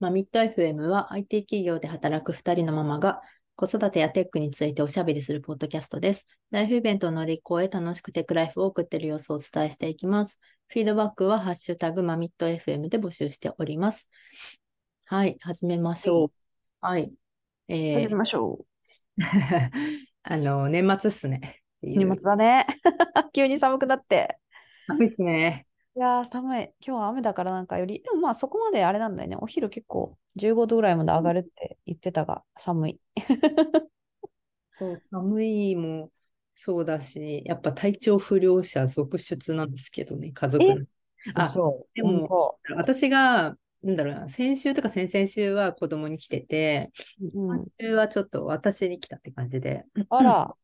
マミット FM は IT 企業で働く2人のママが子育てやテックについておしゃべりするポッドキャストです。ライフイベントを乗り越え楽しくテックライフを送っている様子をお伝えしていきます。フィードバックはハッシュタグマミット FM で募集しております。はい、始めましょう。はい。えー始めましょう。 あの、年末っすね。荷物だね。 急に寒くなって。寒いっすね。いやー、寒い。今日は雨だからなんかより、でもまあそこまであれなんだよね。お昼結構15度ぐらいまで上がるって言ってたが、寒い。そう寒いもそうだし、やっぱ体調不良者続出なんですけどね、家族えの。あそう。でも本私が、なんだろうな、先週とか先々週は子供に来てて、当、うん今週はちょっと私に来たって感じで、あら、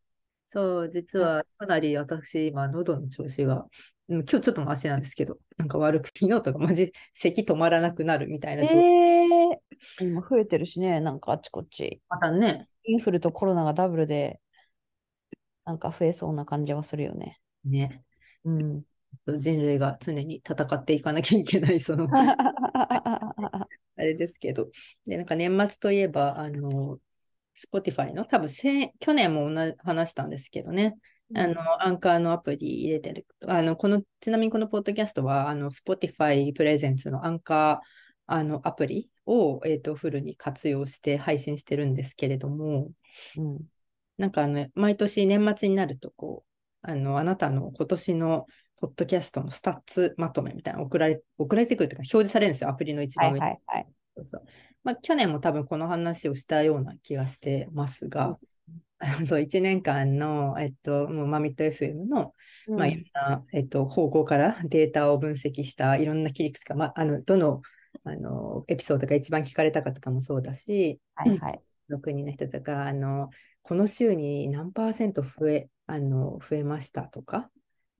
そう、実はかなり私、今、喉の調子が、うん今日ちょっとマシなんですけど、なんか悪くて、昨日とかマジ咳止まらなくなるみ たいな状態。えー、今増えてるしね、なんかあっちこっち。またね、インフルとコロナがダブルで、なんか増えそうな感じはするよね。ね、 うん。人類が常に戦っていかなきゃいけない、その、あれですけど、で、なんか年末といえば、あの、Spotify の多分せ、去年も同じ話したんですけどね、あの、アンカーのアプリ入れてる。あの、この、ちなみにこのポッドキャストは、あの、Spotify プレゼンツのアンカー、あの、アプリを、えっと、フルに活用して配信してるんですけれども、うん、なんかあの、毎年年末になると、こう、あの、あなたの今年のポッドキャストのスタッツまとめみたいなの送られ、送られてくるというか、表示されるんですよ、アプリの一は番い上にはいはい。そうそう。まあ、去年も多分この話をしたような気がしてますが、 そう、1年間の、えっと、もうマミット FM の、まあ、いろんな、えっと、方向からデータを分析したいろんな切り口が、まあ、あの、どの、あの、エピソードが一番聞かれたかとかもそうだし、はいはい。の国の人とか、あの、この週に何パーセント増え、あの、増えましたとか、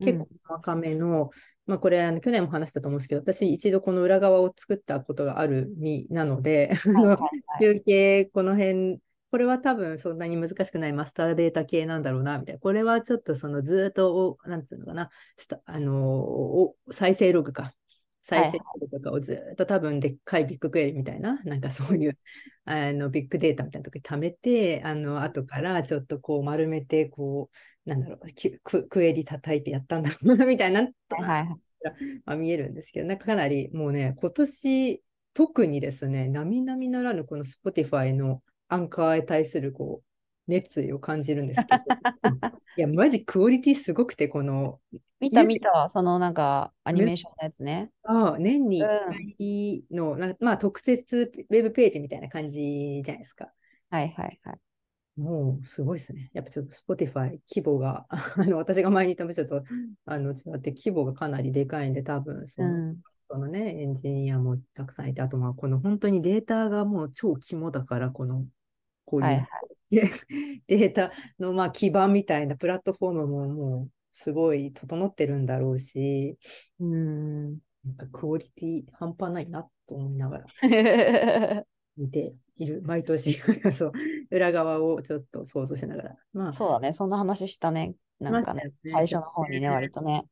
結構若めの、まあこれあの去年も話したと思うんですけど、私一度この裏側を作ったことがある身なので、あはいはのいはい中継、この辺、これは多分そんなに難しくないマスターデータ系なんだろうな、みたいな。これはちょっとそのずーっとお、なんつうのかな、したあのーお再生ログか。いはい再生ログとかをずーっと多分でっかいビッグクエリみたいな、なんかそういうあのビッグデータみたいなとこに貯めて、あの後からちょっとこう丸めて、こう、なんだろう、きククエリ叩いてやったんだろうな、みたいな、はいはい。まあ、見えるんですけど、なんかかなりもうね、今年特にですね、並々ならぬこの Spotify のアンカーへ対するこう熱意を感じるんですけど、いや、マジクオリティすごくて、この、見たゆ見た、そのなんかアニメーションのやつね。ああ年にうん1回の、なまあ、特設ウェブページみたいな感じじゃないですか。はいはいはい。もうすごいですね。やっぱちょっと Spotify 規模が、あの私が前に言ったのとちょっとあの違って規模がかなりでかいんで、多分その、うん。そのね、エンジニアもたくさんいて、あとまあ、この本当にデータがもう超肝だから、この、こういう、はいはい。 データのまあ基盤みたいなプラットフォームももうすごい整ってるんだろうし、うん。なんかクオリティ半端ないなと思いながら見ている。毎年、 そう、裏側をちょっと想像しながら。まあ、そうだね。そんな 話したね。なんかね、最初の方にね、割と。とね。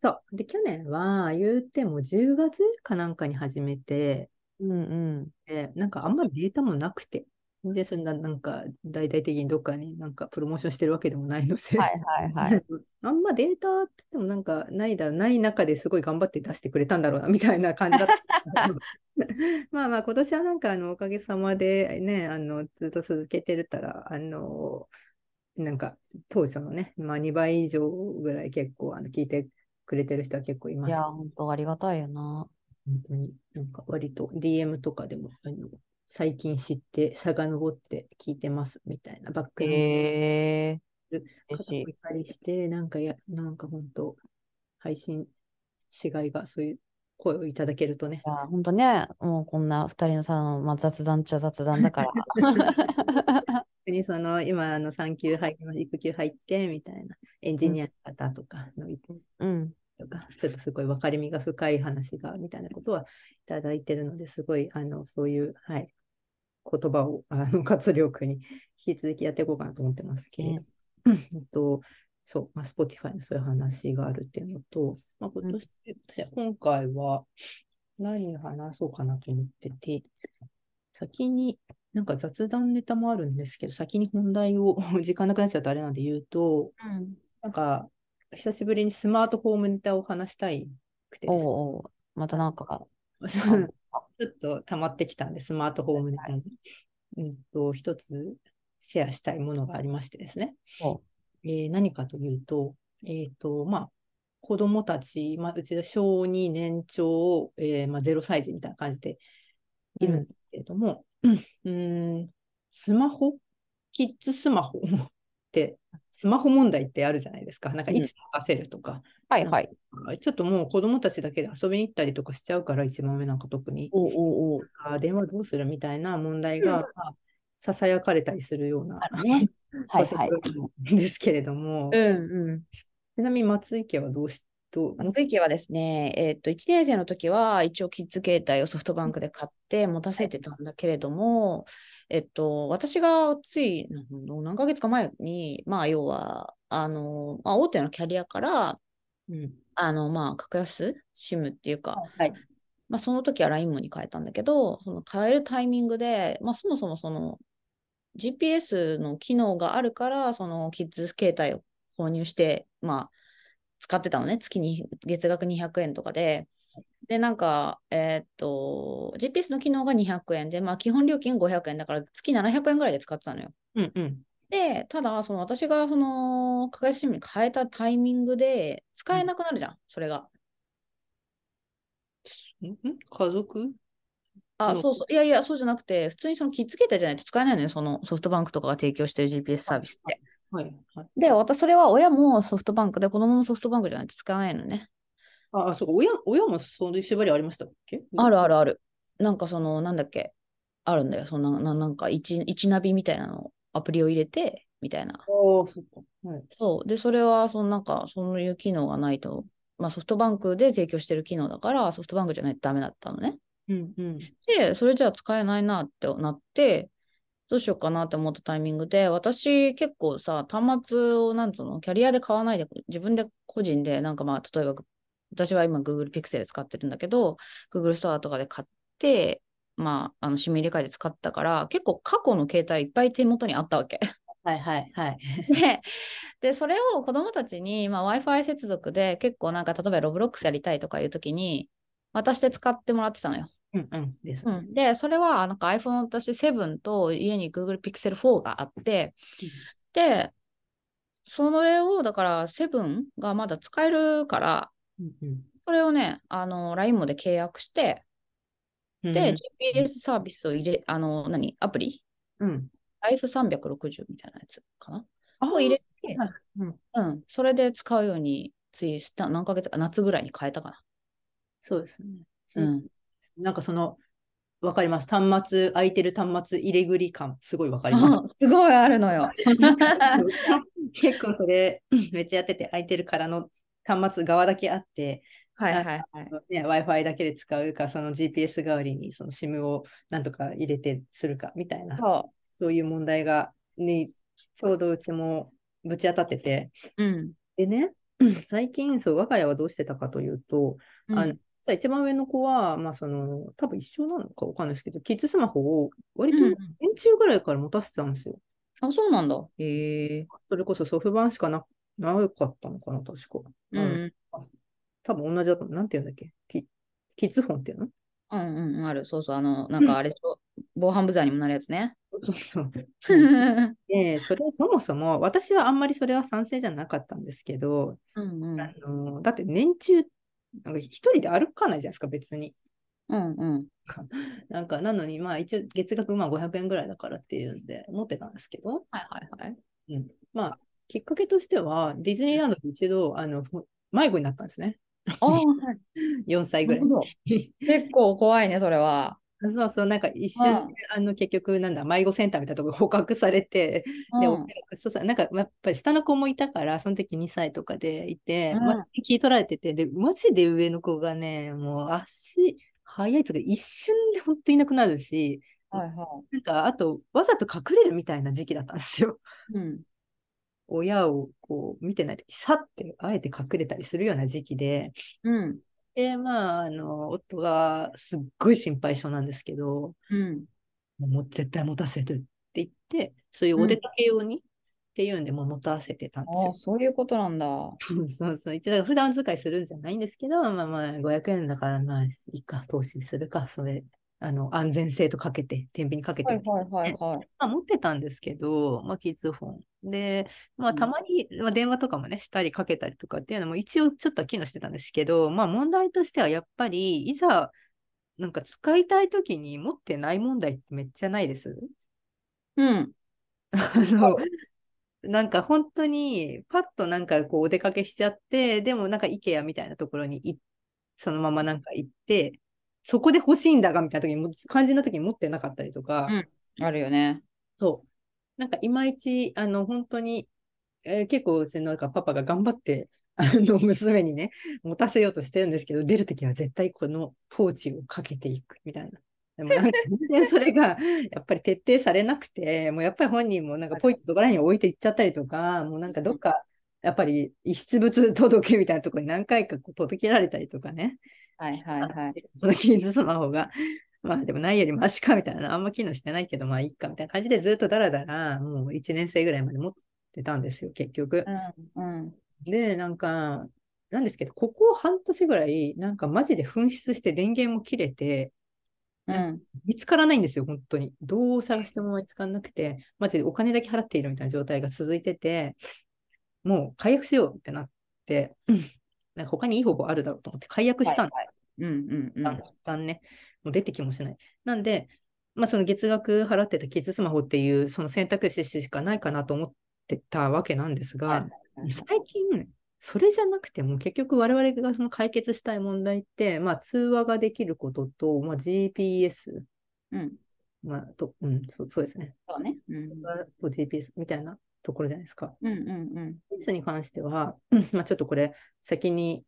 そう。で、去年は言うても10月かなんかに始めて、 うんうん。で、なんかあんまりデータもなくて、で、そんな、なんか大々的にどっかになんかプロモーションしてるわけでもないので、はいはいはい。 あんまデータって言ってもなんかないだ、ない中ですごい頑張って出してくれたんだろうな、みたいな感じだ った。 まあまあ、今年はなんかあの、おかげさまでね、あの、ずっと続けてるたら、あの、なんか当初のね、まあ2倍以上ぐらい結構、あの、聞いてくれてる人は結構いまいしや、た。本当ありがたいよな。本当に、なんか割と DM とかでも、あの、最近知って、遡って聞いてますみたいな、バックのへえ。嬉方しもい。いたりして、なんかや、なんか本当、配信しがいが、そういう声をいただけると ねい、や、本当ね、もうこんな二人のさ、まあ、雑談っちゃ雑談だ から。特にその、今、あの、産休入ります、育休入って、みたいな、エンジニアの方とかの意見うん。とか、 ちょっとすごい分かりみが深い話が、みたいなことはいただいてるので、すごい、あの、そういう、はい、言葉を、あの、活力に引き続きやっていこうかなと思ってますけれど。 うんと、そう、まあ、Spotify のそういう話があるっていうのと、まあ、今年、私は今回は何話そうかなと思ってて、先に、なんか雑談ネタもあるんですけど、先に本題を 時間なくなっちゃうとあれなんで言うと、うん。なんか、久しぶりにスマートフォームネタを話したいくておでうすねおうまたなん か、そう ちょっと溜まってきたんで、スマートフォームネタに、うんと、一つシェアしたいものがありましてですね。おえー何かというと、えっ、と、まあ、子供たち、まあ、うちは小2年長、えーまあ、0歳児みたいな感じでいるんですけれども、うん、んスマホキッズスマホ って、スマホ問題ってあるじゃないですか。なんかうんいつ任せるとか、はいはい。ちょっともう子供たちだけで遊びに行ったりとかしちゃうから、一番目なんか特に。おうおうおうあ電話どうするみたいな問題うんが、まあ、ささやかれたりするようなあるね。 はいはい。ですけれども、うんうん。ちなみに松井家はどうし、どう、も松井家はですね、えっと、1年生の時は一応キッズ携帯をソフトバンクで買って持たせてたんだけれども、えっと、私がつい何何ヶ月か前に、まあ、要は、あの、まあ、大手のキャリアから、うん、あの、まあ、格安 SIM っていうか、はい。まあ、その時は LINE もに変えたんだけど、その変えるタイミングで、まあ、そもそもその GPS の機能があるから、そのキッズ携帯を購入して、まあ、使ってたのね、月に月額200円とかで。で、なんか、えーっと、GPS の機能が200円で、まあ、基本料金500円だから、月700円ぐらいで使ってたのよ。うんうん。で、ただ、その私がその格安 SIM に変えたタイミングで、使えなくなるじゃん、それが。んん家族あ、のそうそう。いやいや、そうじゃなくて、普通にそのキッズ携帯じゃないと使えないのよ、そのソフトバンクとかが提供してる GPS サービスって。はい、はい。で、私、それは親もソフトバンクで、子供もソフトバンクじゃないと使えないのね。あ、あそうか、親、親もそういう縛りありましたっけある。るあるある。なんかその、なんだっけ、あるんだよ。そんな、ななんか一、一ナビみたいなの、アプリを入れて、みたいなあ。あ、そっか。はい。そう。で、それは、そのなんか、そういう機能がないと、まあ、ソフトバンクで提供してる機能だから、ソフトバンクじゃないとダメだったのね。うんうん。で、それじゃあ使えないなってなって、どうしようかなって思ったタイミングで、私結構さ、端末をなんつうの、キャリアで買わないで、自分で個人で、なんかまあ、例えば、私は今 Google Pixel 使ってるんだけど、Google ストアとかで買って、まあ、あの、シム入れ替えて使ったから、結構過去の携帯いっぱい手元にあったわけ。はいはいはい。で、でそれを子どもたちに、まあ、Wi-Fi 接続で結構なんか、例えばロブロックスやりたいとかいう時に、渡して使ってもらってたのよ。うんうん。ですうね。ん、で、それはなんか iPhone 私7と家に Google Pixel 4があって、で、それをだから7がまだ使えるから、うんうんそれをね、あの LINE もで契約して、うん。で、GPS サービスを入れ、あの、何アプリうん。 ?Life360 みたいなやつかなあを入れて、はいうんうん、それで使うように、ついした何ヶ月、あ夏ぐらいに変えたかそうですね。な。うん。なんかその、わかります。端末、空いてる端末入れぐり感、すごいわかります。 すごいある のよ。結構それ、めっちゃやってて、空いてるからの端末側だけあって、はいはいはい。ね、Wi-Fi だけで使うか、その GPS 代わりにその SIM をなんとか入れてするかみたいな、そそういう問題が、ね、ちょうどうちもぶち当たってて。う。うん。でね、最近、そう、我が家はどうしてたかというと、うんあの一番上の子は、まあ、その、多分一緒なのかわかんないですけど、キッズスマホを割とうんうん年中ぐらいから持たせてたんですよ。あ、そうなんだ。へえ。それこそソフトバンクしかな、なかったのかな、確か。うんうん多分同じだと思う、なんて言うんだっけキキッズフォンっていうのうんうんうん、ある。そうそう。あ の、なんかあれでしょ、防犯ブザーにもなるやつね。そう そう。うんで、それそもそも私はあんまりそれは賛成じゃなかったんですけど、 うん。あのだって年中、なんか一人で歩かないじゃないですか、別に。うんうん。なんか、なのに、まあ一応月額まあ500円ぐらいだからっていうんで、持ってたんですけど、はい はいはい。まあ、きっかけとしては、ディズニーランドで一度、あの、迷子になったんですね。ああ、はい。 4歳ぐらなるいほ。ど。結構怖いね、それは。 そうそう、なんか一う瞬、んあの、結局、なんだ、迷子センターみたいなところ 捕獲されて、で、うんそうそう、なんか、やっぱり下の子もいたから、その時2歳とかでいて、うんま聞い取られてて、で、マジで上の子がね、もう足、速いとか、一瞬で本当いなくなるし、はいはなんか、あと、わざと隠れるみたいな時期だったんですよ。い。うん。親をこう見てないとき、さって、あえて隠れたりするような時期で、うん。で、まあ、あの、夫がすっごい心配性なんですけど、うん。もう絶対持たせるって言って、そういうお出かけ用にっていうんで、もう持たせてたんですあよあ、。そういうことなんだ。 そうそうそう。一応、だから普段使いするんじゃないんですけど、まあまあ、500円だから、まあ、いいか、投資するか、それ、あの、安全性とかけて、天秤にかけはて、いはいはいはい。まあ、持ってたんですけど、まあ、キッズフォン。で、まうあ、んたまに、まあ、電話とかもね、したりかけたりとかっていうのも、一応ちょっとは機能してたんですけど、まあ、問題としては、やっぱり、いざ、なんか使いたいときに持ってない問題ってめっちゃないです。 うん。あ の、なんか本当に、パッとなんかこうお出かけしちゃって、でもなんか IKEA みたいなところにいそのままなんか行って、そこで欲しいんだがみたいな時にも、肝心な時に持ってなかったりとか、うんあるよね。そう。なんかいまいち、あの、本当に、えー結構うちのなんかパパが頑張って、 あの、娘にね、持たせようとしてるんですけど、出るときは絶対このポーチをかけていくみたいな。でもなんか全然それが やっぱり徹底されなくて、もうやっぱり本人もなんかポイッとそこら辺に置いていっちゃったりとか、もうなんかどっか、やっぱり遺失物届けみたいなところに何回かこう届けられたりとかね。はいはいはい。 そのキッズスマホが、まあでもないよりマシかみたいな、あんま機能してないけど、まあいいかみたいな感じでずっとダラダラ、もう1年生ぐらいまで持ってたんですよ、結局。うんうん。で、なんか、なんですけど、ここ半年ぐらい、なんかマジで紛失して電源も切れて、うん。見つからないんですよ、本当に。どう探しても見つからなくて、マジでお金だけ払っているみたいな状態が続いてて、もう解約しようってなって、なんか他にいい方法あるだろうと思って解約したんですはいはいうんうんうあんの。一旦ね、もう出てきもしない。なんで、まあ、その月額払ってたキッズスマホっていうその選択肢しかないかなと思ってたわけなんですが、はいはいはい最近、それじゃなくても結局我々がその解決したい問題って、まあ、通話ができることと、まあ、GPS、うん。まあとうんそう、そうですね、そうね。うん通話と GPS みたいなところじゃないですか。うんうんうん。スに関しては、うんまあ、ちょっとこれ、先に、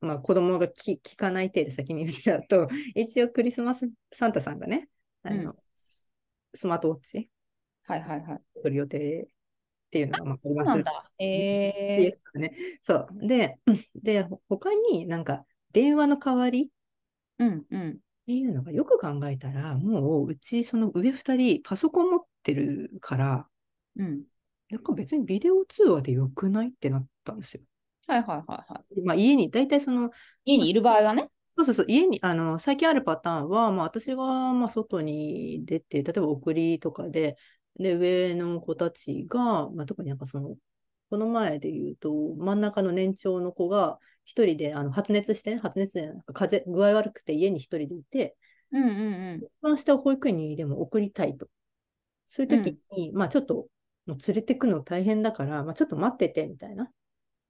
まあ、子供がき聞かない程度先に言っちゃうと、 一応クリスマスサンタさんがね、あのうんススマートウォッチはいはいはい。来る予定っていうのがまああそりうますなんだ。え GPS とかね。そう。で、うんで、他になんか電話の代わりっー。うんうん。ていうのがよく考えたら、もううちその上2人パソコン持ってるから、うん。なんか別にビデオ通話でよくないってなったんですよ。はいはいはいはい。まあ家に、大体その家にいる場合はね。そうそうそう、家に、あの、最近あるパターンは、まあ、私が、まあ、外に出て、例えば送りとかで、で、上の子たちが、まあ、特になんかその、この前で言うと、真ん中の年長の子が、一人で、あの、発熱してね、発熱で、なんか風邪、具合悪くて家に一人でいて、うんうん一番下を保育園にでも送りたいと。そういう時に、まあ、ちょっと、もう連れてくの大変だから、まあ、ちょっと待ってて、みたいな。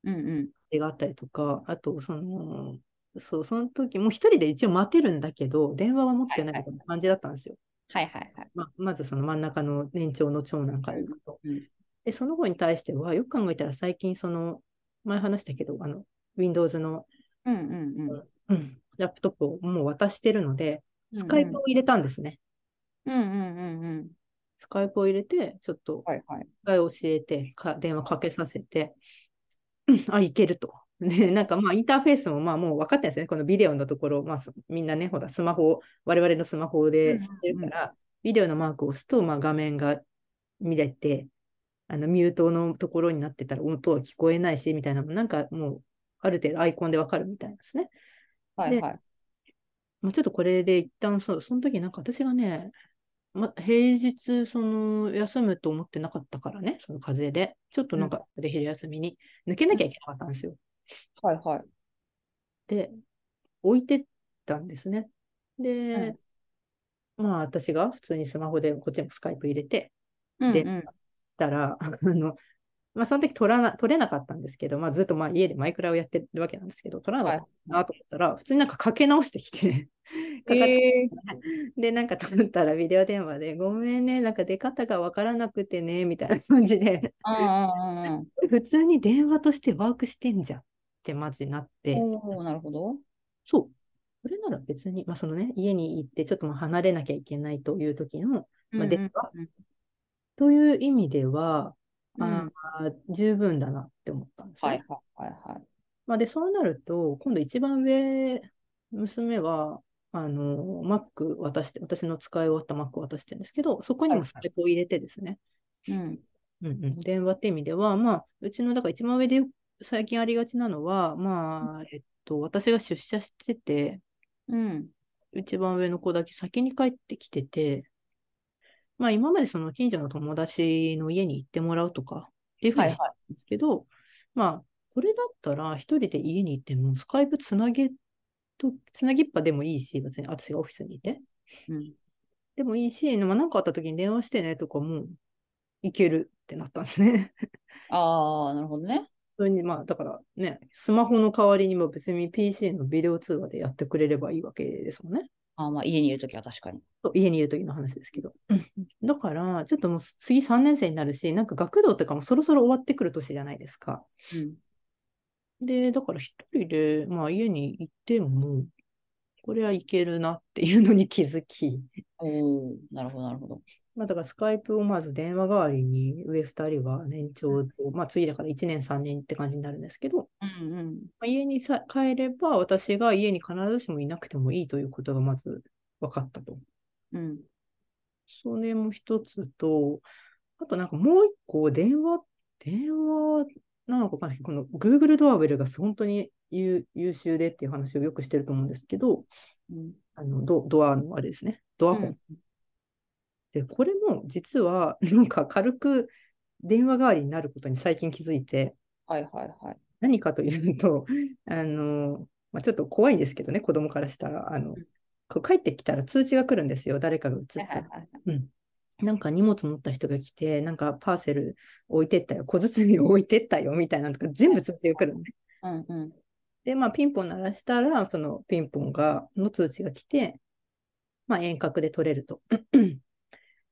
うん。うんうん。手があったりとか、あと、その、そう、その時、もう一人で一応待てるんだけど、電話は持ってないみたいな感じだったんですよ。はいはいはい。ままずその真ん中の年長の長男からだと。うんで、その子に対しては、よく考えたら最近、その、前話したけど、あの、Windows の、うんうんうん。うんラップトップをもう渡してるので、スカイプを入れたんですね。うんうんうんうん。スカイプを入れて、ちょっとはいはい。一回教えてか、電話かけさせて、うんあ、いけると。 ね、なんかまあインターフェースもまあもう分かってるんですね。このビデオのところ、まあ、そみんなね、ほら、スマホ、我々のスマホで知ってるから、ビデオのマークを押すと、まあ、画面が見れて、あのミュートのところになってたら音は聞こえないし、みたいなのも、なんかもう、ある程度アイコンで分かるみたいなんですね。はいはい。まあ、ちょっとこれで一旦そう、その時なんか私がね、ま、平日その休むと思ってなかったからね、その風邪で、ちょっとなんかで昼休みに抜けなきゃいけなかったんですよ。はいはい。で、置いてったんですね。で、まあ私が普通にスマホでこっちもスカイプ入れてうんでうん。たら、あの、まあその時取らな、取れなかったんですけど、まあずっとまあ家でマイクラをやってるわけなんですけど、取らなかったなと思ったら、普通になんかかけ直してき て、かかってえで、なんか頼ったらビデオ電話で、ごめんね、なんか出方がわからなくてね、みたいな感じで、 あ普通に電話としてワークしてんじゃんってマジなって、おおなるほど。そう、これなら別に、まあそのね、家に行ってちょっとまあ離れなきゃいけないという時の、まあ、電話うんうんという意味では、うんあー十分だなって思ったんですね。はいはいはいはい。まあ、で、そうなると、今度一番上、娘は、あの、Mac 渡して、私の使い終わった Mac 渡してるんですけど、そこにもスカイプを入れてですね、うん。うんうん、電話って意味では、まあ、うちの、だから一番上でよ最近ありがちなのは、まあ、えっと、私が出社してて、うん。一番上の子だけ先に帰ってきてて、まあ今までその近所の友達の家に行ってもらうとかっていうふうはにいしてたんですけど、まあこれだったら一人で家に行ってもスカイプつなげと、つなぎっぱでもいいし、別に私がオフィスにいて。うん。でもいいし、まあなんかあった時に電話してねとかもいけるってなったんですね。ああ、なるほどね。それにまあだからね、スマホの代わりにも別に PC のビデオ通話でやってくれればいいわけですもんね。あーまあ、家にいるときは確かに。そう家にいる時の話ですけど。だから、ちょっともう次3年生になるし、なんか学童とかもそろそろ終わってくる年じゃないですか。うん。で、だから一人で、まあ家に行っても、これはいけるなっていうのに気づき、おお、なるほど、なるほど。まあだからスカイプをまず電話代わりに、上2人は年長と、まあ次だから1年3年って感じになるんですけど、うんうん。まあ、家にさ帰れば私が家に必ずしもいなくてもいいということがまず分かったと。うん。それも一つと、あとなんかもう一個、電話、電話なのかわかんないけど、この Google ドアベルが本当に優優秀でっていう話をよくしてると思うんですけど、うん。あのドドアのあれですね、ドアホン。うんで、これも実はなんか軽く電話代わりになることに最近気づいて、はいはいはい。何かというと、あの、まあ、ちょっと怖いんですけどね、子供からしたら、あの、こう帰ってきたら通知が来るんですよ、誰かが映ってはいはいはい。なんか荷物持った人が来て、なんかパーセル置いてったよ、小包を置いてったよみたいなのとか全部通知が来るのね。うんうん。で、まあピンポン鳴らしたら、そのピンポンが、の通知が来て、まあ遠隔で取れると。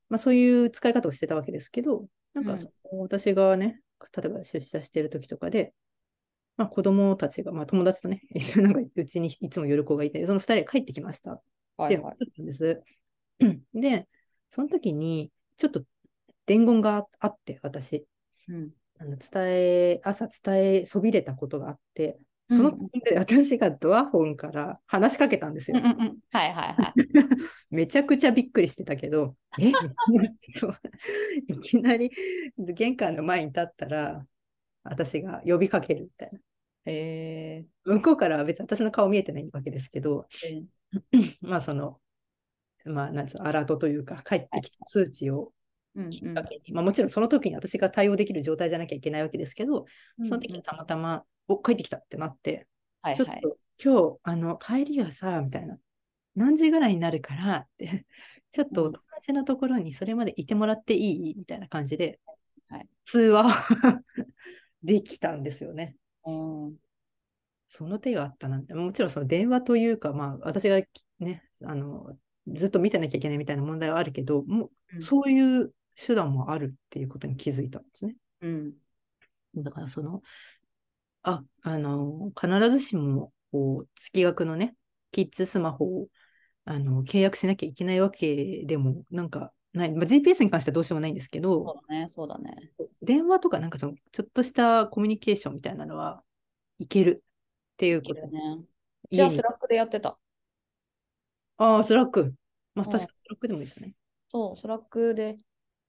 まあそういう使い方をしてたわけですけど、なんうかんその私がね、例えば出社してる時とかで、まあ子供たちが、まあ友達とね、 一緒になんかうちにいつも夜子がいて、その二人が帰ってきましたはいで、はい。だったんです。 で、その時に、ちょっと伝言があって、私、うん。あの伝え、朝伝えそびれたことがあって、そのタイミングで私がドアホンから話しかけたんですうんようん。うん。はいはいはい。めちゃくちゃびっくりしてたけ ど、えそういきなり玄関の前に立ったら、私が呼びかけるみたいな。 え向こうからは別に私の顔見えてないわけですけど、ー、まあその、まあなんつうの、アラートというか、帰ってきた通知をうんきっかけに、まあ、もちろんその時に私が対応できる状態じゃなきゃいけないわけですけど、うん。その時にたまたま、お帰ってきたってなって、はいちょっはい。と今日、あの、帰りはさ、みたいな、何時ぐらいになるからって、 ちょっとお友達のところにそれまでいてもらっていいみたいな感じで、はい通話を できたんですよね。うん。その手があったなんて、もちろんその電話というか、まあ、私がきね、あの、ずっと見てなきゃいけないみたいな問題はあるけど、もうんう、そういう手段もあるっていうことに気づいたんですね。うん。だからその、あ、あの、必ずしも、こう、月額のね、キッズスマホを、あの、契約しなきゃいけないわけでも、なんか、ない、まあ、GPS に関してはどうしようもないんですけそど、うだね、そうだね。電話とかなんかその、ちょっとしたコミュニケーションみたいなのは、いけるっていういけことる。ね。じゃ家あ、にスラックでやってた。ああ、スラック。まあ、うん確かにスラックでもいいですよね。そう、スラックで、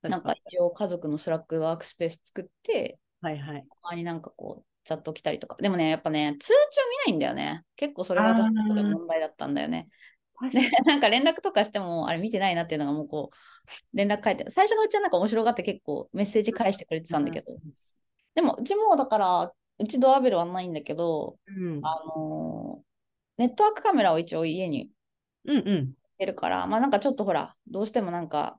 な確んかか。一応家族のスラックワークスペース作って、はいはい。たまになんかこう、チャット来たりとか。でもね、やっぱね、通知を見ないんだよね。結構それが私の中で問題だったんだよね。確で、なんか連絡とかしても、あれ見てないなっていうのがもうこう、連絡返って、最初のうちはなんか面白がって結構メッセージ返してくれてたんだけど、でもうちもだから、うちドアベルはないんだけど、うん。あのーネットワークカメラを一応家にうんうん。出るから、まあなんかちょっとほら、どうしてもなんか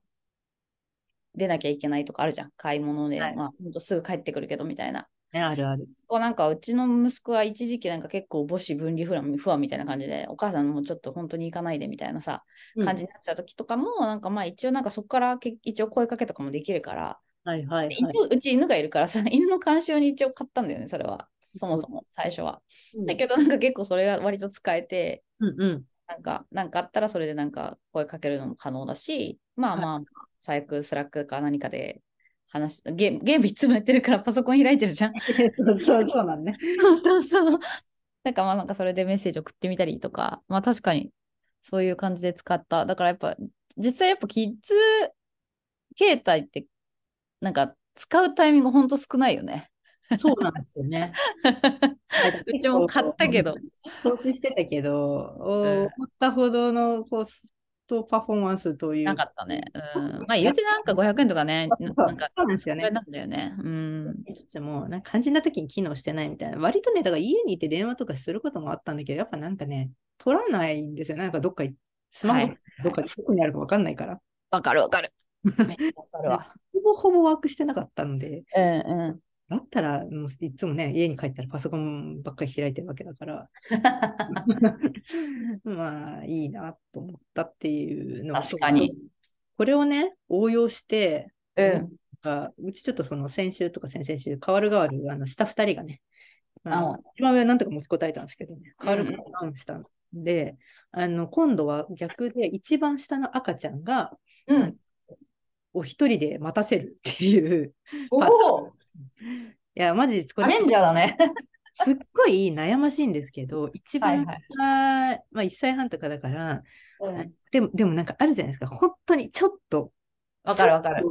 出なきゃいけないとかあるじゃん。買い物で、はいまあほんとすぐ帰ってくるけどみたいな。ね、あるある。こうなんかうちの息子は一時期なんか結構母子分離不安不安みたいな感じで、お母さんもうちょっと本当に行かないでみたいなさ、うん感じになってた時とかも、なんかまあ一応なんかそこからけ一応声かけとかもできるから、はいはいはい。犬うち犬がいるからさ、犬の監視用に一応買ったんだよね、それは。そもそも最初は。うんだけどなんか結構それが割と使えて、うんうん。なんか、なんかあったらそれでなんか声かけるのも可能だし、まあはいまあ、最悪スラックか何かで話しゲーム、ゲームいつもやってるからパソコン開いてるじゃん。 そうそうなんね。そうそうそう。なんかまあなんかそれでメッセージ送ってみたりとか、まあ確かにそういう感じで使った。だからやっぱ、実際やっぱキッズ携帯って、なんか使うタイミングほんと少ない よね。そうなんですよね。うちも買ったけど。投資してたけど、ん思ったほどのコストパフォーマンスというなかか、ったね。 うん。まあ言うてなんか500円とかね、ななんか、そうなんですよね。なんだよね。うん。いつつも、なんか肝心な時に機能してないみたいな。割とね、だから家にいて電話とかすることもあったんだけど、やっぱなんかね、取らないんですよ。なんかどっかい、スマはホいどっかどこにあるかわかんないから。わかるわかる。めっちゃわかるわ。ほぼほぼワークしてなかったので、 うんうん。だったら、もういつもね、家に帰ったらパソコンばっかり開いてるわけだから、 まあいいなと思ったっていうのが確かに。これをね、応用して、うん。あうちちょっとその先週とか先々週、変わる変わる、あの下2人がね、あのあ一番上はなんとか持ちこたえたんですけどね、変わるうん変わるダウンしたんで、あの今度は逆で、一番下の赤ちゃんがうん。お一人で待たせるっていう、おおいや、マジ、こアれレンジャーだね。すっごい悩ましいんですけど、一はい番はい下、まあ1歳半とかだから、でも、でもなんかあるじゃないですか、本当にちょっとわかるわかる。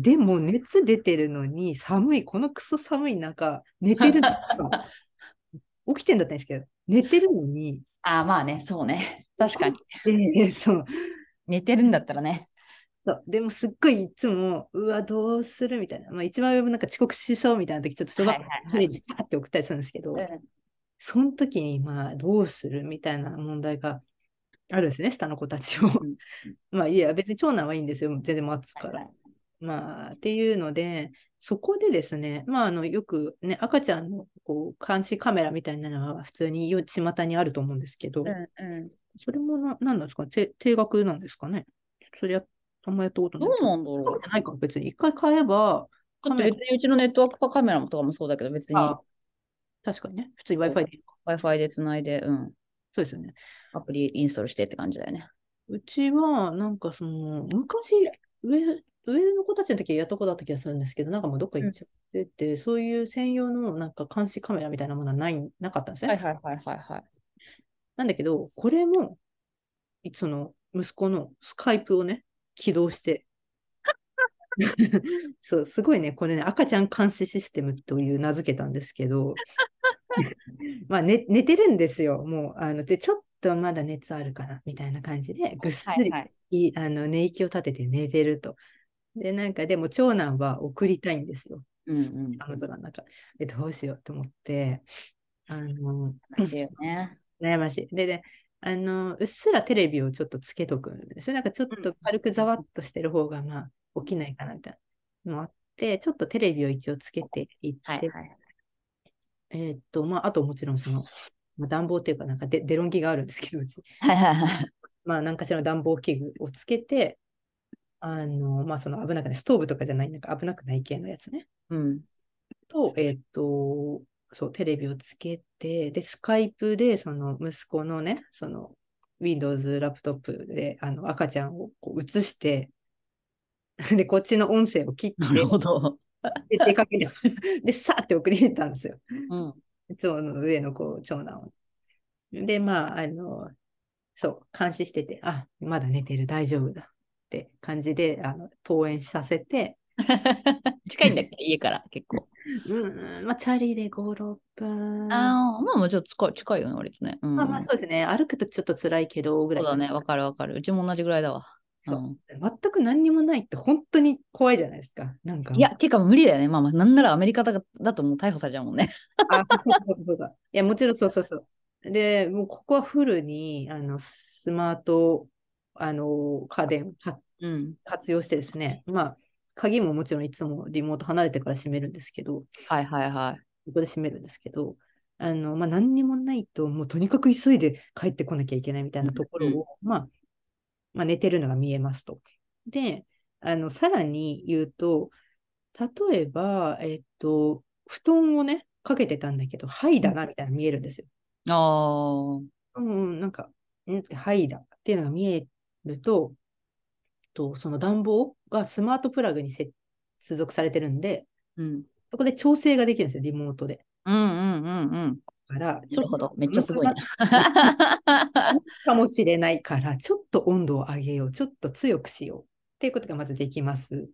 でも熱出てるのに寒い、このクソ寒い中、寝てるんですか 起きてんだったんですけど、寝てるのに、ああ、まあね、そうね。確かに。でそう寝てるんだったらね。そうでもすっごいいつも、うわ、どうするみたいな、まあ、一番上もなんか遅刻しそうみたいな時、ちょっと小学校はいはいはいそれでジャーって送ったりするんですけど、その時に、まあ、どうするみたいな問題があるんですね、下の子たちを。ん まあ、いや、別に長男はいいんですよ、全然待つから。まあ、っていうので、そこでですね、まあ、あのよく、ね、赤ちゃんのこう監視カメラみたいなのは普通によ巷にあると思うんですけど、うんそれもな何なんですかて定額なんですかねそりゃ、あんまやったことどなうい。なんだろう。そうじゃないか、別に。一回買えば、だカってメラ別にうちのネットワークカメラとかもそうだけど、別にあ確かにね、普通に Wi-Fi でいいのか。 Wi-Fi でつないで、うん、そうですよね。アプリインストールしてって感じだよね。うちは、なんかその、昔、上、上の子たちの時やったことあった気がするんですけど、なんかもうどっか行っちゃってて、そういう専用のなんか監視カメラみたいなものはない、なかったんですね。いはいはいはい。なんだけど、これも、その、息子のスカイプをね、起動して。 そう、すごいね、これね、赤ちゃん監視システムという名付けたんですけど、 まあ、ね、寝てるんですよ、もう。あので、ちょっとまだ熱あるかな、みたいな感じで、ぐっすはいりはい。いあの寝息を立てて寝てると。で、なんかでも長男は送りたいんですよ。うんうん。寒空の中。で、どうしようと思って、あの、っていうね。悩ましい。で、で、あの、うっすらテレビをちょっとつけとくんですね。なんかちょっと軽くざわっとしてる方が、まあ、起きないかなみたいなのもあって、ちょっとテレビを一応つけていって、はいはい。えーっと、まあ、あともちろんその、まあ、暖房っていうか、なんかデデロンギがあるんですけど、うち。 はいはいはい。まあ、何かしらの暖房器具をつけて、あの、まあ、その危なくない、ストーブとかじゃない、なんか危なくない系のやつね。うん。と、えっと、そう、テレビをつけて、で、スカイプで、その息子のね、その、Windows ラップトップで、あの、赤ちゃんをこう映して、 で、こっちの音声を切って、ど。で、出かけて、 で、さーって送りに行ったんですよ。うん。長の上の子、長男を。で、まあ、あの、そう、監視してて、あ、まだ寝てる、大丈夫だって感じで、あの、登園させて、近いんだっけ家から結構。うーん、まあ、チャリで5、6分。ああ、まあもうちょっと近い近いよね、割とね。うん。まあまあそうですね。歩くとちょっと辛いけど、ぐそらうい。だね、わかるわかる。うちも同じぐらいだわ。そううん全く何にもないって本当に怖いじゃないですか。なんか。いや、、ていうか無理だよね。まあまあ、なんならアメリカだだともう逮捕されちゃうもんね。あ、そうそうそうだ。いや、もちろんそうそうそう。で、もうここはフルに、あの、スマート、あの、家電を活うん。活用してですね。まあ、鍵ももちろんいつもリモート離れてから閉めるんですけど、はいはいはい。ここで閉めるんですけど、あの、まあ、何にもないと、もうとにかく急いで帰ってこなきゃいけないみたいなところを、まあ、まあ、寝てるのが見えますと。で、あの、さらに言うと、例えば、えっと、布団をね、かけてたんだけど、はいだな、みたいなの見えるんですよ。ああ。うん、なんか、んって、はいだっていうのが見えると、と、その暖房がスマートプラグに接接続されてるんで、うん。そこで調整ができるんですよ、リモートで。うんうんうんうん。から、ちなるょっとほど。めっちゃすご いね。かもしれないから、ちょっと温度を上げよう、ちょっと強くしようっていうことがまずできます。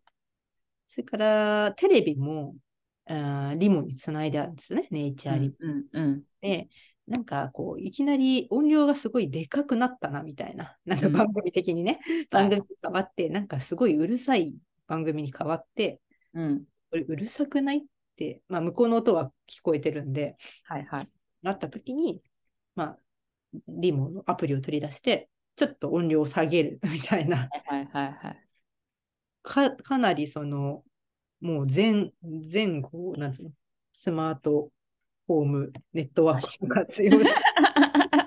それから、テレビもあーリモにつないであるんですね、ネイチャーリモうんうんで、なんかこう、いきなり音量がすごいでかくなったなみたいな、なんかうん番組的にね、番組に変わって、なんかすごいうるさい番組に変わって、うん。これうるさくないって、まあ、向こうの音は聞こえてるんで、はいはい。なった時に、まあ、リモのアプリを取り出して、ちょっと音量を下げる みたいな、はいはい はい。かかなりその、もう前前後、なんていうの、スマートホームネットワークを活用して、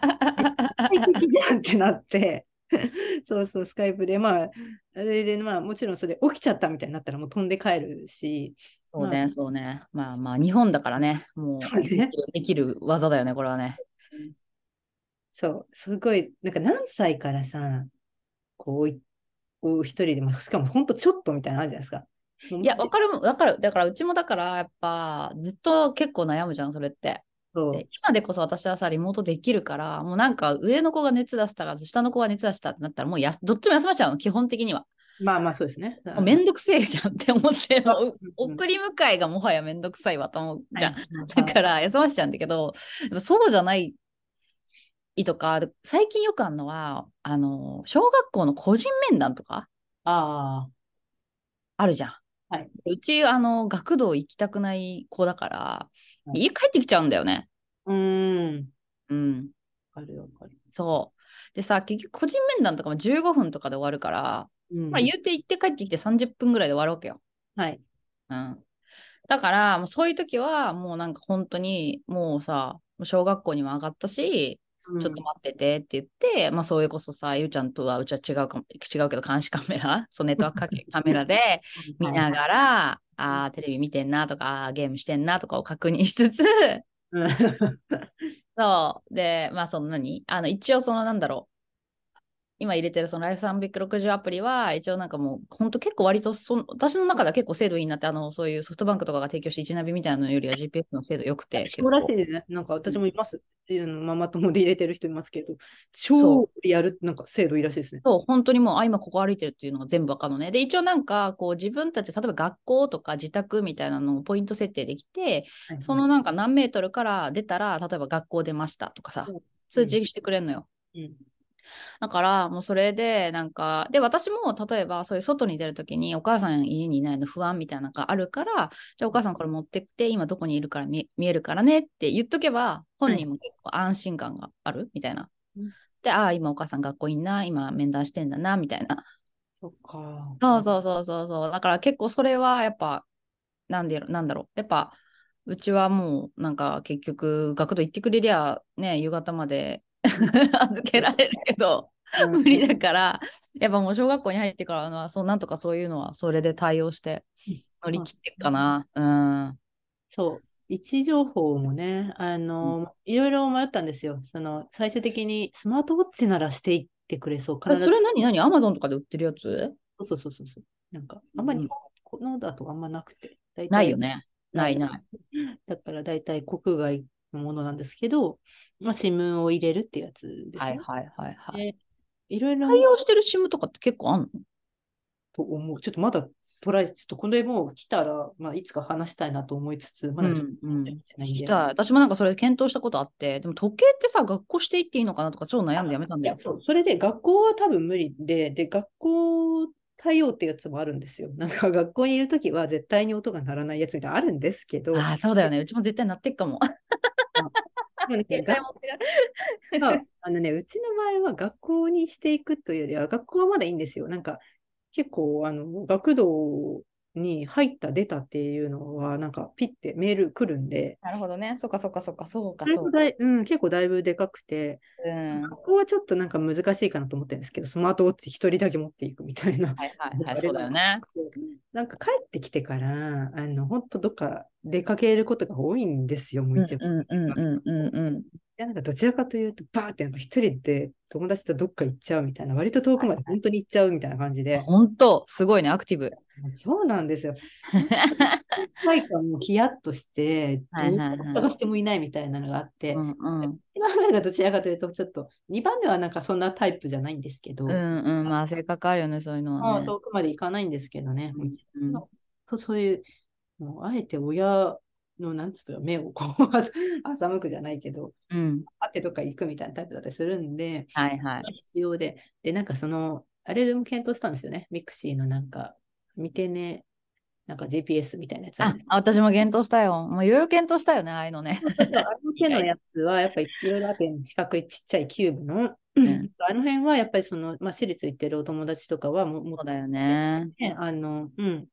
快適じゃんってなって、 そうそう、スカイプで、まあ、それで、まあ、もちろんそれ起きちゃったみたいになったらもう飛んで帰るし、そうね、そうね。まあまあ、日本だからね、もうそうねできるできる技だよね、これはね。そう、すごい、なんか何歳からさ、こうい、こう一人で、まあ、しかも本当ちょっとみたいなのあるじゃないですか。いや、わかる、わかる。だから、うちもだから、やっぱ、ずっと結構悩むじゃん、それって。そうで今でこそ私はさ、リモートできるから、もうなんか、上の子が熱出したか、下の子が熱出したってなったら、もうやすどっちも休ませちゃうの、基本的には。まあまあ、そうですね。もうめんどくせえじゃんって思って、もううん送り迎えがもはやめんどくさいわと思うじゃん。だだか、ら休ませちゃうんだけど、でもそうじゃないとか、最近よくあるのは、あの、小学校の個人面談とか ああるじゃん。はいうち、あの、学童行きたくない子だから、はい家帰ってきちゃうんだよね。あ、うーん。うん。わかるわかる。そう。でさ、結局個人面談とかも15分とかで終わるから、うんまあ言うて行って帰ってきて30分ぐらいで終わるわけよ。はい。うん。だから、もうそういう時は、もうなんか本当に、もうさ、もう小学校にも上がったし、ちょっと待っててって言って、まあそれこそさ、ゆうちゃんとはうちは違うかも、違うけど監視カメラ、 そうネットワークかけカメラで見ながら、あーテレビ見てんなとか、あーゲームしてんなとかを確認しつつ、うん。そう、で、まあその何あの一応そのなんだろう、今入れてるそのライフ360アプリは、一応なんかもう、ほんと結構割とその、私の中では結構精度いいなって、あの、そういうソフトバンクとかが提供して1ナビみたいなのよりは GPS の精度良く て、結そうらしい構ですね。なんか私もいます。あのママ友で入れてる人いますけど、超やる、なんか精度いいらしいですね。そう、本当にもう、あ、今ここ歩いてるっていうのが全部わかるのね。で、一応なんか、こう自分たち、例えば学校とか自宅みたいなのをポイント設定できて、そのなんか何メートルから出たら、例えば学校出ましたとかさうん、通知してくれるのよ。うん、だからもうそれでなんかで私も例えばそういう外に出るときにお母さん家にいないの不安みたいなのがあるからじゃあお母さんこれ持ってきて今どこにいるから見見えるからねって言っとけば本人も結構安心感があるみたいな。うんでああ今お母さん学校いんな今面談してんだなみたいな。そっか。そうそうそうそうそうだから結構それはやっぱなんでやろなんだろうやっぱうちはもうなんか結局学童行ってくれりゃね夕方まで 預けられるけど。うん 無理だから、やっぱもう小学校に入ってからのは、そうなんとかそういうのは、それで対応して乗り切ってるかな。うん。そう。位置情報もね、あの、いろいろ迷ったんですよ。その、最終的にスマートウォッチならしていってくれそう。あ必ずそれ何何アマゾンとかで売ってるやつそうそうそうそう。なんか、あんまりうん日本のだとあんまなくて。大ない体よね。ないない。だから大体国外のものなんですけど、まあ、SIM を入れるってやつですはいね。はいはいはい。でいろいろ対応してる SIM とかって結構あんのと思う。ちょっとまだトライ、ちょっとこれもう来たら、まあ、いつか話したいなと思いつつ、まだちょっとうんうん見てない聞んできたい。私もなんかそれ検討したことあって、でも時計ってさ、学校していっていいのかなとか超悩んでやめたんいだよや。そうそれで学校は多分無理で、で、学校対応ってやつもあるんですよ。なんか学校にいるときは絶対に音が鳴らないやつみたいなのあるんですけど、ああ、そうだよね。うちも絶対なってっかも。でも ね携帯持って帰まあ、あのね、うちの場合は学校にしていくというよりは、学校はまだいいんですよ。なんか、結構、あの、学童に入った、出たっていうのは、なんか、ピッてメール来るんで、なるほどね。そっかそっかそっか、そうかだいそぶうか。だいうん、結構だいぶでかくて、うん。学校はちょっとなんか難しいかなと思ってるんですけど、スマートウォッチ一人だけ持っていくみたい な。はいはいはい、そうだよね。なんか帰ってきてから、あの、ほんとどっか出かけることが多いんですよ、もううん一番。うんうんうんうんうん。いや、なんかどちらかというと、バーってなんか一人で友達とどっか行っちゃうみたいな、割と遠くまで本当に行っちゃうみたいな感じで、本当すごいね、アクティブ。そうなんです よ。体感もヒヤッとして、はいはいはいどう探してもいないみたいなのがあって、うんうん今までがどちらかというと、ちょっと2番目はなんかそんなタイプじゃないんですけど、うんうんまあ性格あるよねそういうのまはあね。遠くまで行かないんですけどね、うんうんとそういう、もうあえて親のなんつうか目をこう欺くじゃないけど、うんあってどっか行くみたいなタイプだったりするんで、はいはい。必要で、で、なんかその、あれでも検討したんですよね、ミクシーのなんか、見てね、なんか GPS みたいなやつあるあじゃないですか私も検討したよ。もういろいろ検討したよねああいうのね。そう、あの手のやつは、やっぱりいろいろあって、四角いちっちゃいキューブの、んあの辺はやっぱりその、まあ、私立行ってるお友達とかはも、もそうだよね。ね、あの、うん、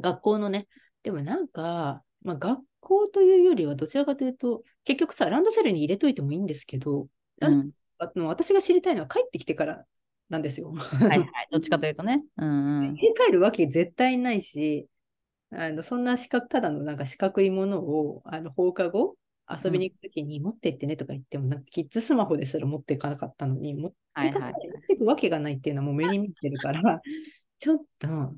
学校のね、でもなんか、まあ、学校というよりは、どちらかというと、結局さ、ランドセルに入れといてもいいんですけど、うん、あの私が知りたいのは帰ってきてからなんですよ。はいはい。どっちかというとね。うんうん。家帰るわけ絶対ないし、あのそんな四角、ただのなんか四角いものをあの放課後遊びに行くときに持ってってねとか言っても、なんかキッズスマホですら持っていかなかったのに、持ってはいかはないい。持っていくわけがないっていうのはもう目に見えてるから、 ちょっとウ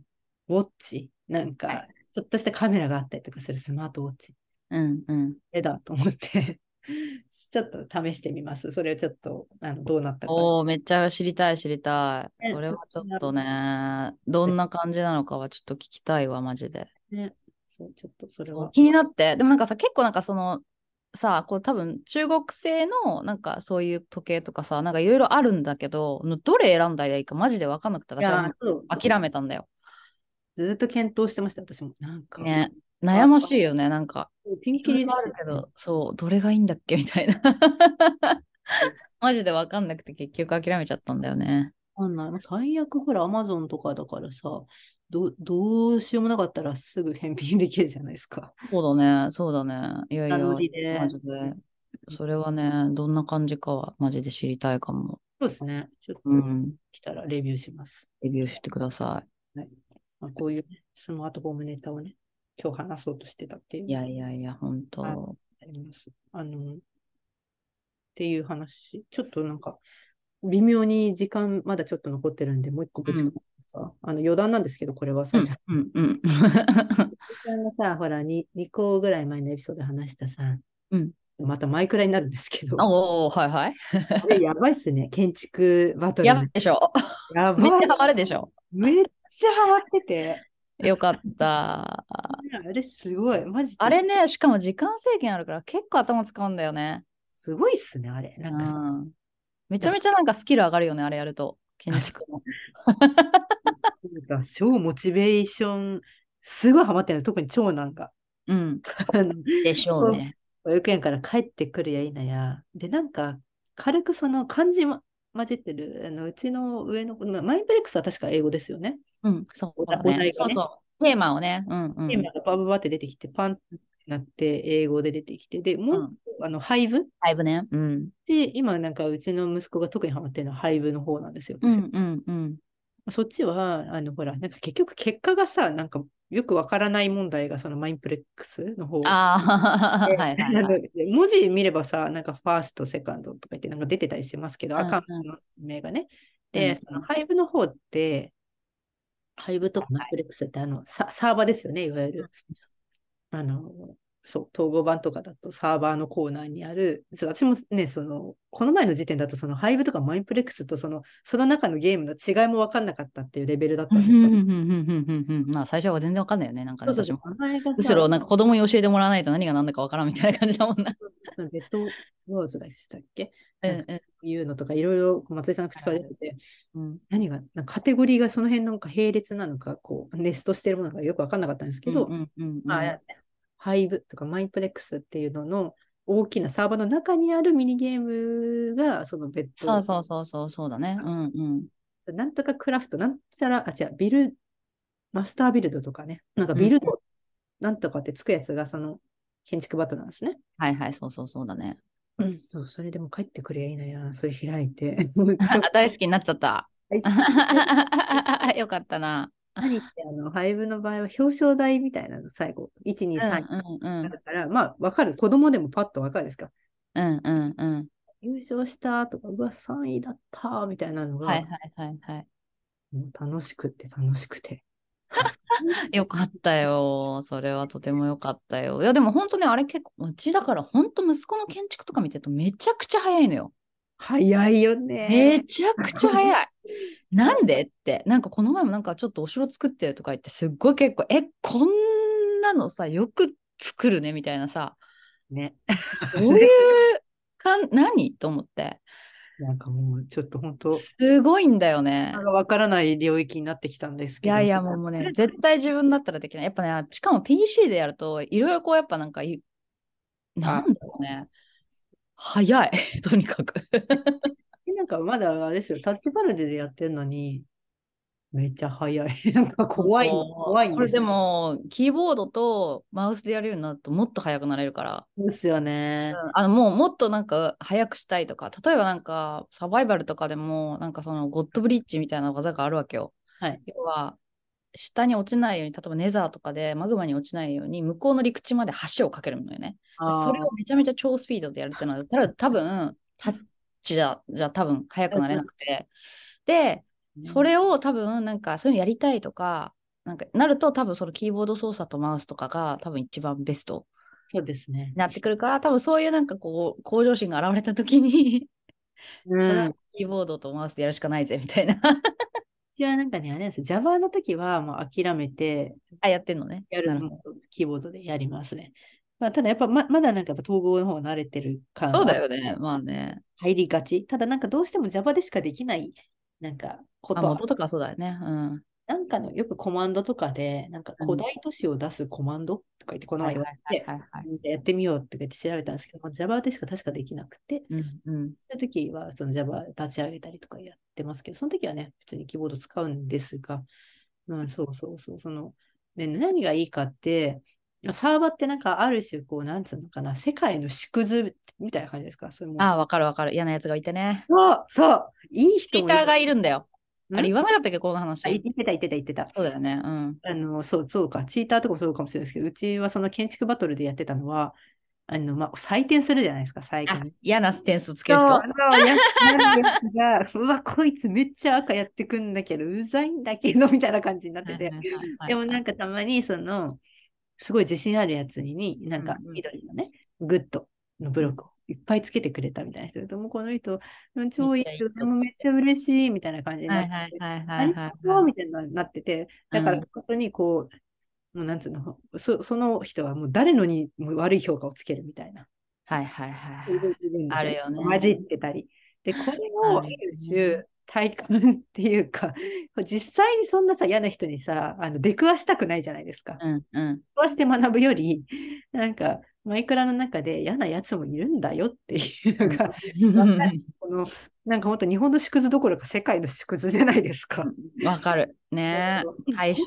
ォッチ、なんはかいちょっとしたカメラがあったりとかするスマートウォッチ、うんうん。えだと思って、 ちょっと試してみます。それをちょっとあのどうなったか。おお、めっちゃ知りたい知りたい。ねそれはちょっとね、どんな感じなのかはちょっと聞きたいわ、マジで。そうちょっとそれそうは。気になって、でもなんかさ、結構なんかその、さこう多分中国製のなんかそういう時計とかさなんかいろいろあるんだけどどれ選んだらいいかマジで分かんなくてい私はもやうそう諦めたんだよ。ずっと検討してました、私も。なんか。ね悩ましいよねなんかピンキリがあるけど、そう、どれがいいんだっけみたいな。マジで分かんなくて結局諦めちゃったんだよね。わかんない。もう最悪、ほら、アマゾンとかだからさ、どうどうしようもなかったらすぐ返品できるじゃないですか。そうだね、そうだね。いやいや、なのでマジで。それはね、どんな感じかはマジで知りたいかも。そうですね。ちょっうとん。来たらレビューします。レビューしてくださまあ、こういうねスマートフォームネタをね、今日話そうとしてたっていう。い。いやいやいや、本はい当。あります。あの、っていう話。ちょっとなんか、微妙に時間まだちょっと残ってるんで、もう一個ぶち込んでいいですか、あの余談なんですけど、これはう最初んうん うん。ちゃんがさ、ほら、2, 2個ぐらい前のエピソードで話したさ、うんまた前くらいになるんですけど、あおおはいはい。これやばいっすね、 建築バトルやばねい。でしょ。やばめっちいゃハマるでしょ。めっちゃハマって て。よ かった。いやあれすごい、マジで。あれね、しかも時間制限あるから結構頭使うんだよね。すごいっすね、あれ。なんかさ、うんめちゃめちゃなんかスキル上がるよね、あれやると。建築の。なんか超モチベーション、すごいハマってるんです、特に長男が。 うん。あのでしょうね。保育園から帰ってくるやいなや、で、なんか、軽くその漢字ま混じってる、あのうちの上の子、まあマインプレックスは確か英語ですよね。うん、そうだお題がね。ねそうそう。テーマをね。うんうん。テーマがバババって出てきて、パンってなって、英語で出てきて、で、もう、あの、配布っだいぶね。うん。て、今なんかうちの息子が特にハマってるのは配布の方なんですよ。うんうんうん。そっちは、あの、ほら、なんか結局結果がさ、なんかよくわからない問題がそのマインプレックスの方。ああ、で はいはい、はい。あの文字見ればさ、なんかファースト、セカンドとか言ってなんか出てたりしますけど、うんうん赤の名がね。うで、んその配布の方って、配布とかマインプレックスってあの、ササーバーですよね、いわゆる。あの、そう、統合版とかだとサーバーのコーナーにある、そう私もね、その、この前の時点だと、その配布とかマインプレックスとその、その中のゲームの違いも分かんなかったっていうレベルだったうんんですうんよ。うんうんうんうんうんまあ最初は全然わかんないよね。なんかね、そう私そうも。、名前がさむしろなんか子供に教えてもらわないと何が何だかわからんみたいな感じだもん な。そのベッドワーズでしたっけうなんんかうんいうのとか、いろいろ松井さんの口から出てて、うん何が、なんかカテゴリーがその辺なんか並列なのか、こう、ネストしてるものがよく分かんなかったんですけど、うんうんうんまあ、あれですねハイブとかマインプレックスっていうのの大きなサーバーの中にあるミニゲームが、その別途、そうそうそうそうそうだね。うんうん。なんとかクラフト、なんちゃら、あ、違う、ビル、マスタービルドとかね、なんかビルド、なんとかってつくやつが、その、建築バトルなんですね。はいはい、そうそうそうだね。うん、そう、それでも帰ってくりゃいいなや、それ開い て。もうちょっとあ大好きになっちゃった。大好き よかったな。何って、あの、配分の場合は表彰台みたいなの、最後、1、2、3うんうんうんだから、まあ、わかる。子供でもパッとわかるですか。うんうんうん。優勝したとか、うわ、3位だったみたいなのが、はいはいはいはい。もう楽しくて楽しくて。よかったよ。それはとてもよかったよ。いや、でも本当ね、あれ結構、うちだから本当息子の建築とか見てるとめちゃくちゃ早いのよ。早いよね。めちゃくちゃ 早い。なんでって、なんかこの前もなんかちょっとお城作ってるとか言って、すっごい結構、え、こんなのさ、よく作るねみたい なさ、ね。どういうかん、何と思って。 なんかもうちょっと本当、すごいんだよねな。んかわからない領域になってきたんですいけど。やいや、もうもうね、絶対自分だったらできない。やっぱね、しかも PC でやると、いろいろこう、やっぱなんかい、なんだろうね。早い、 とにかく。なんかまだあれですよ、タッチパネルでやってるのに、めっちゃ早い。 なんか怖い、怖いんですこれでも、キーボードとマウスでやるようになると、もっと早くなれるから、ですよね。あの、もう、もっとなんか、早くしたいとか、例えばなんか、サバイバルとかでも、なんかその、ゴッドブリッジみたいな技があるわけよ。はい。要は、下に落ちないように、例えばネザーとかでマグマに落ちないように、向こうの陸地まで橋を架けるのよね。であーそれをめちゃめちゃ超スピードでやるってのは、ただ多分、タッチじゃ、じゃ多分速くなれなくて。で、それを多分、なんかそういうのやりたいとか、なんかなると多分そのキーボード操作とマウスとかが多分一番ベストそうですねに。なってくるから、多分そういうなんかこう、向上心が現れた時に、うそれはん。キーボードとマウスでやるしかないぜ、みたい な。私はなんかね、あれなんですよ Java の時はもう諦めて、あ、やってんのね。やるなるほどキーボードでやりますね。まあ、ただやっぱままだなんかやっぱ統合の方慣れてる感そうだはよね。まあね。入りがち。ただなんかどうしても Java でしかできない、なんかこあ、とまああ音とかそうだよね。うん。なんかのよくコマンドとかで、なんかうん古代都市を出すコマンドとか言って、この前言われて、はいはい。やってみようとか言って調べたんですけども、Java でしか確かできなくて、うんうん。そういう時はその Java 立ち上げたりとかやってますけど、その時はね、普通にキーボード使うんですが、まあそうそうそう、その、ね、何がいいかって、サーバーってなんかある種、こう、なんつうのかな、世界の縮図みたいな感じですかそれも。ああ、わかるわかる。嫌なやつがいてね。そう、そう、いいツイ人ッもタいーる。がいるんだよ。んあれ言わなかったっけ、このあ話言。ってた、言ってた、言ってた。そうだよね。うん。あの、そう、そうか、チーターとかもそうかもしれないですけど、うちはその建築バトルでやってたのは、あの、まあ、採点するじゃないですか、最後あに。、嫌な点数つけそう、るそ人。うややるやつが、 うわ、こいつめっちゃ赤やってくんだけど、うざいんだけど、みたいな感じになってて。でもなんか、かたまに、その、すごい自信あるやつに、なんかうんうん緑のね、グッドのブロックをいっぱいつけてくれたみたいな人いると、もうこの人、うん超いいめっちゃいい人、人でもめっちゃ嬉しい、みたいな感じにはなっいてはいはいは何いはいもはい。みたいになってて、だからうん本当にこう、もうなんつうの、そその人はもう誰のにも悪い評価をつけるみたいな。はいはいはそいうはいい。う部分であるよね混じってたり。で、これをあるよねある種、体感っていうか、 実際にそんなさ、嫌な人にさ、あの出くわしたくないじゃないですか。出うんうん。くわして学ぶより、なんか、マイクラの中で嫌なやつもいるんだよっていうのが、わかこの、なんか本当日本の縮図どころか世界の縮図じゃないですか。 わかる。ね対象。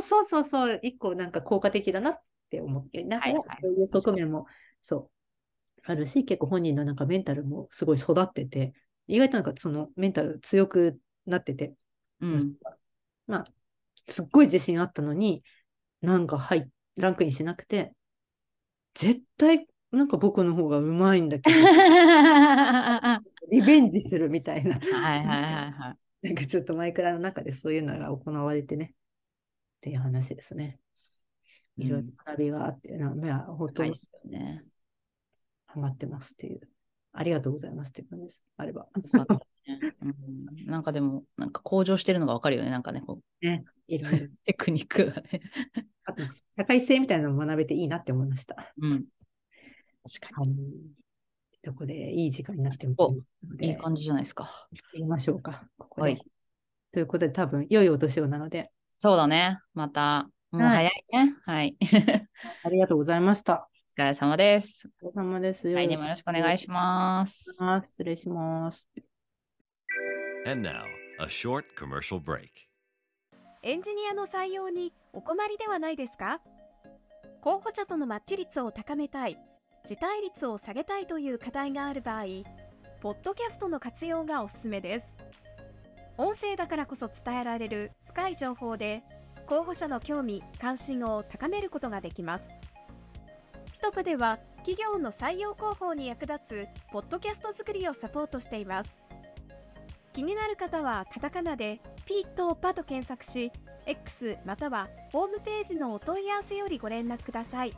そうそうそう、一個なんか効果的だなって思って、なんかはいねはいそういう側面もそうあるし、結構本人のなんかメンタルもすごい育ってて、意外となんかそのメンタル強くなってて、うん。まあ、すっごい自信あったのに、なんか入っランクインしなくて、絶対なんか僕の方がうまいんだけど、はリベンジするみたいな、いはいはいはい。 なんかちょっとマイクラの中でそういうのが行われてね、っていう話ですね。いろいろ学びがあって、なまあ、本当はいにですよね。ハマってますっていう。ありがとうございますっていう感じです。あれ ば。よかったねうんなんかでも、なんか向上してるのがわかるよね。なんかね、こう、いろいろテクニックがね。あと社会性みたいなのも学べていいなって思いました。うん。確かはい。そこでいい時間になってますおので、に。いい感じじゃないですか。じ。ましょうか。ここはでい。ということで、多分、良いお年をなので、そうだね。また、もう早いね。はい。 お疲ありがとうございました。れ様です。お疲れ様です。来年もよろしくお願いします。ます。失礼します。 And now, a short commercial break. エンジニアの採用にお困りではないですか候補者とのマッチ率を高めたい、辞退率を下げたいという課題がある場合、ポッドキャストの活用がおすすめです。音声だからこそ伝えられる深い情報で、候補者の興味・関心を高めることができます。ピトプでは、企業の採用広報に役立つポッドキャスト作りをサポートしています。気になる方はカタカナでピットパと検索し、X またはホームページのお問い合わせよりご連絡ください。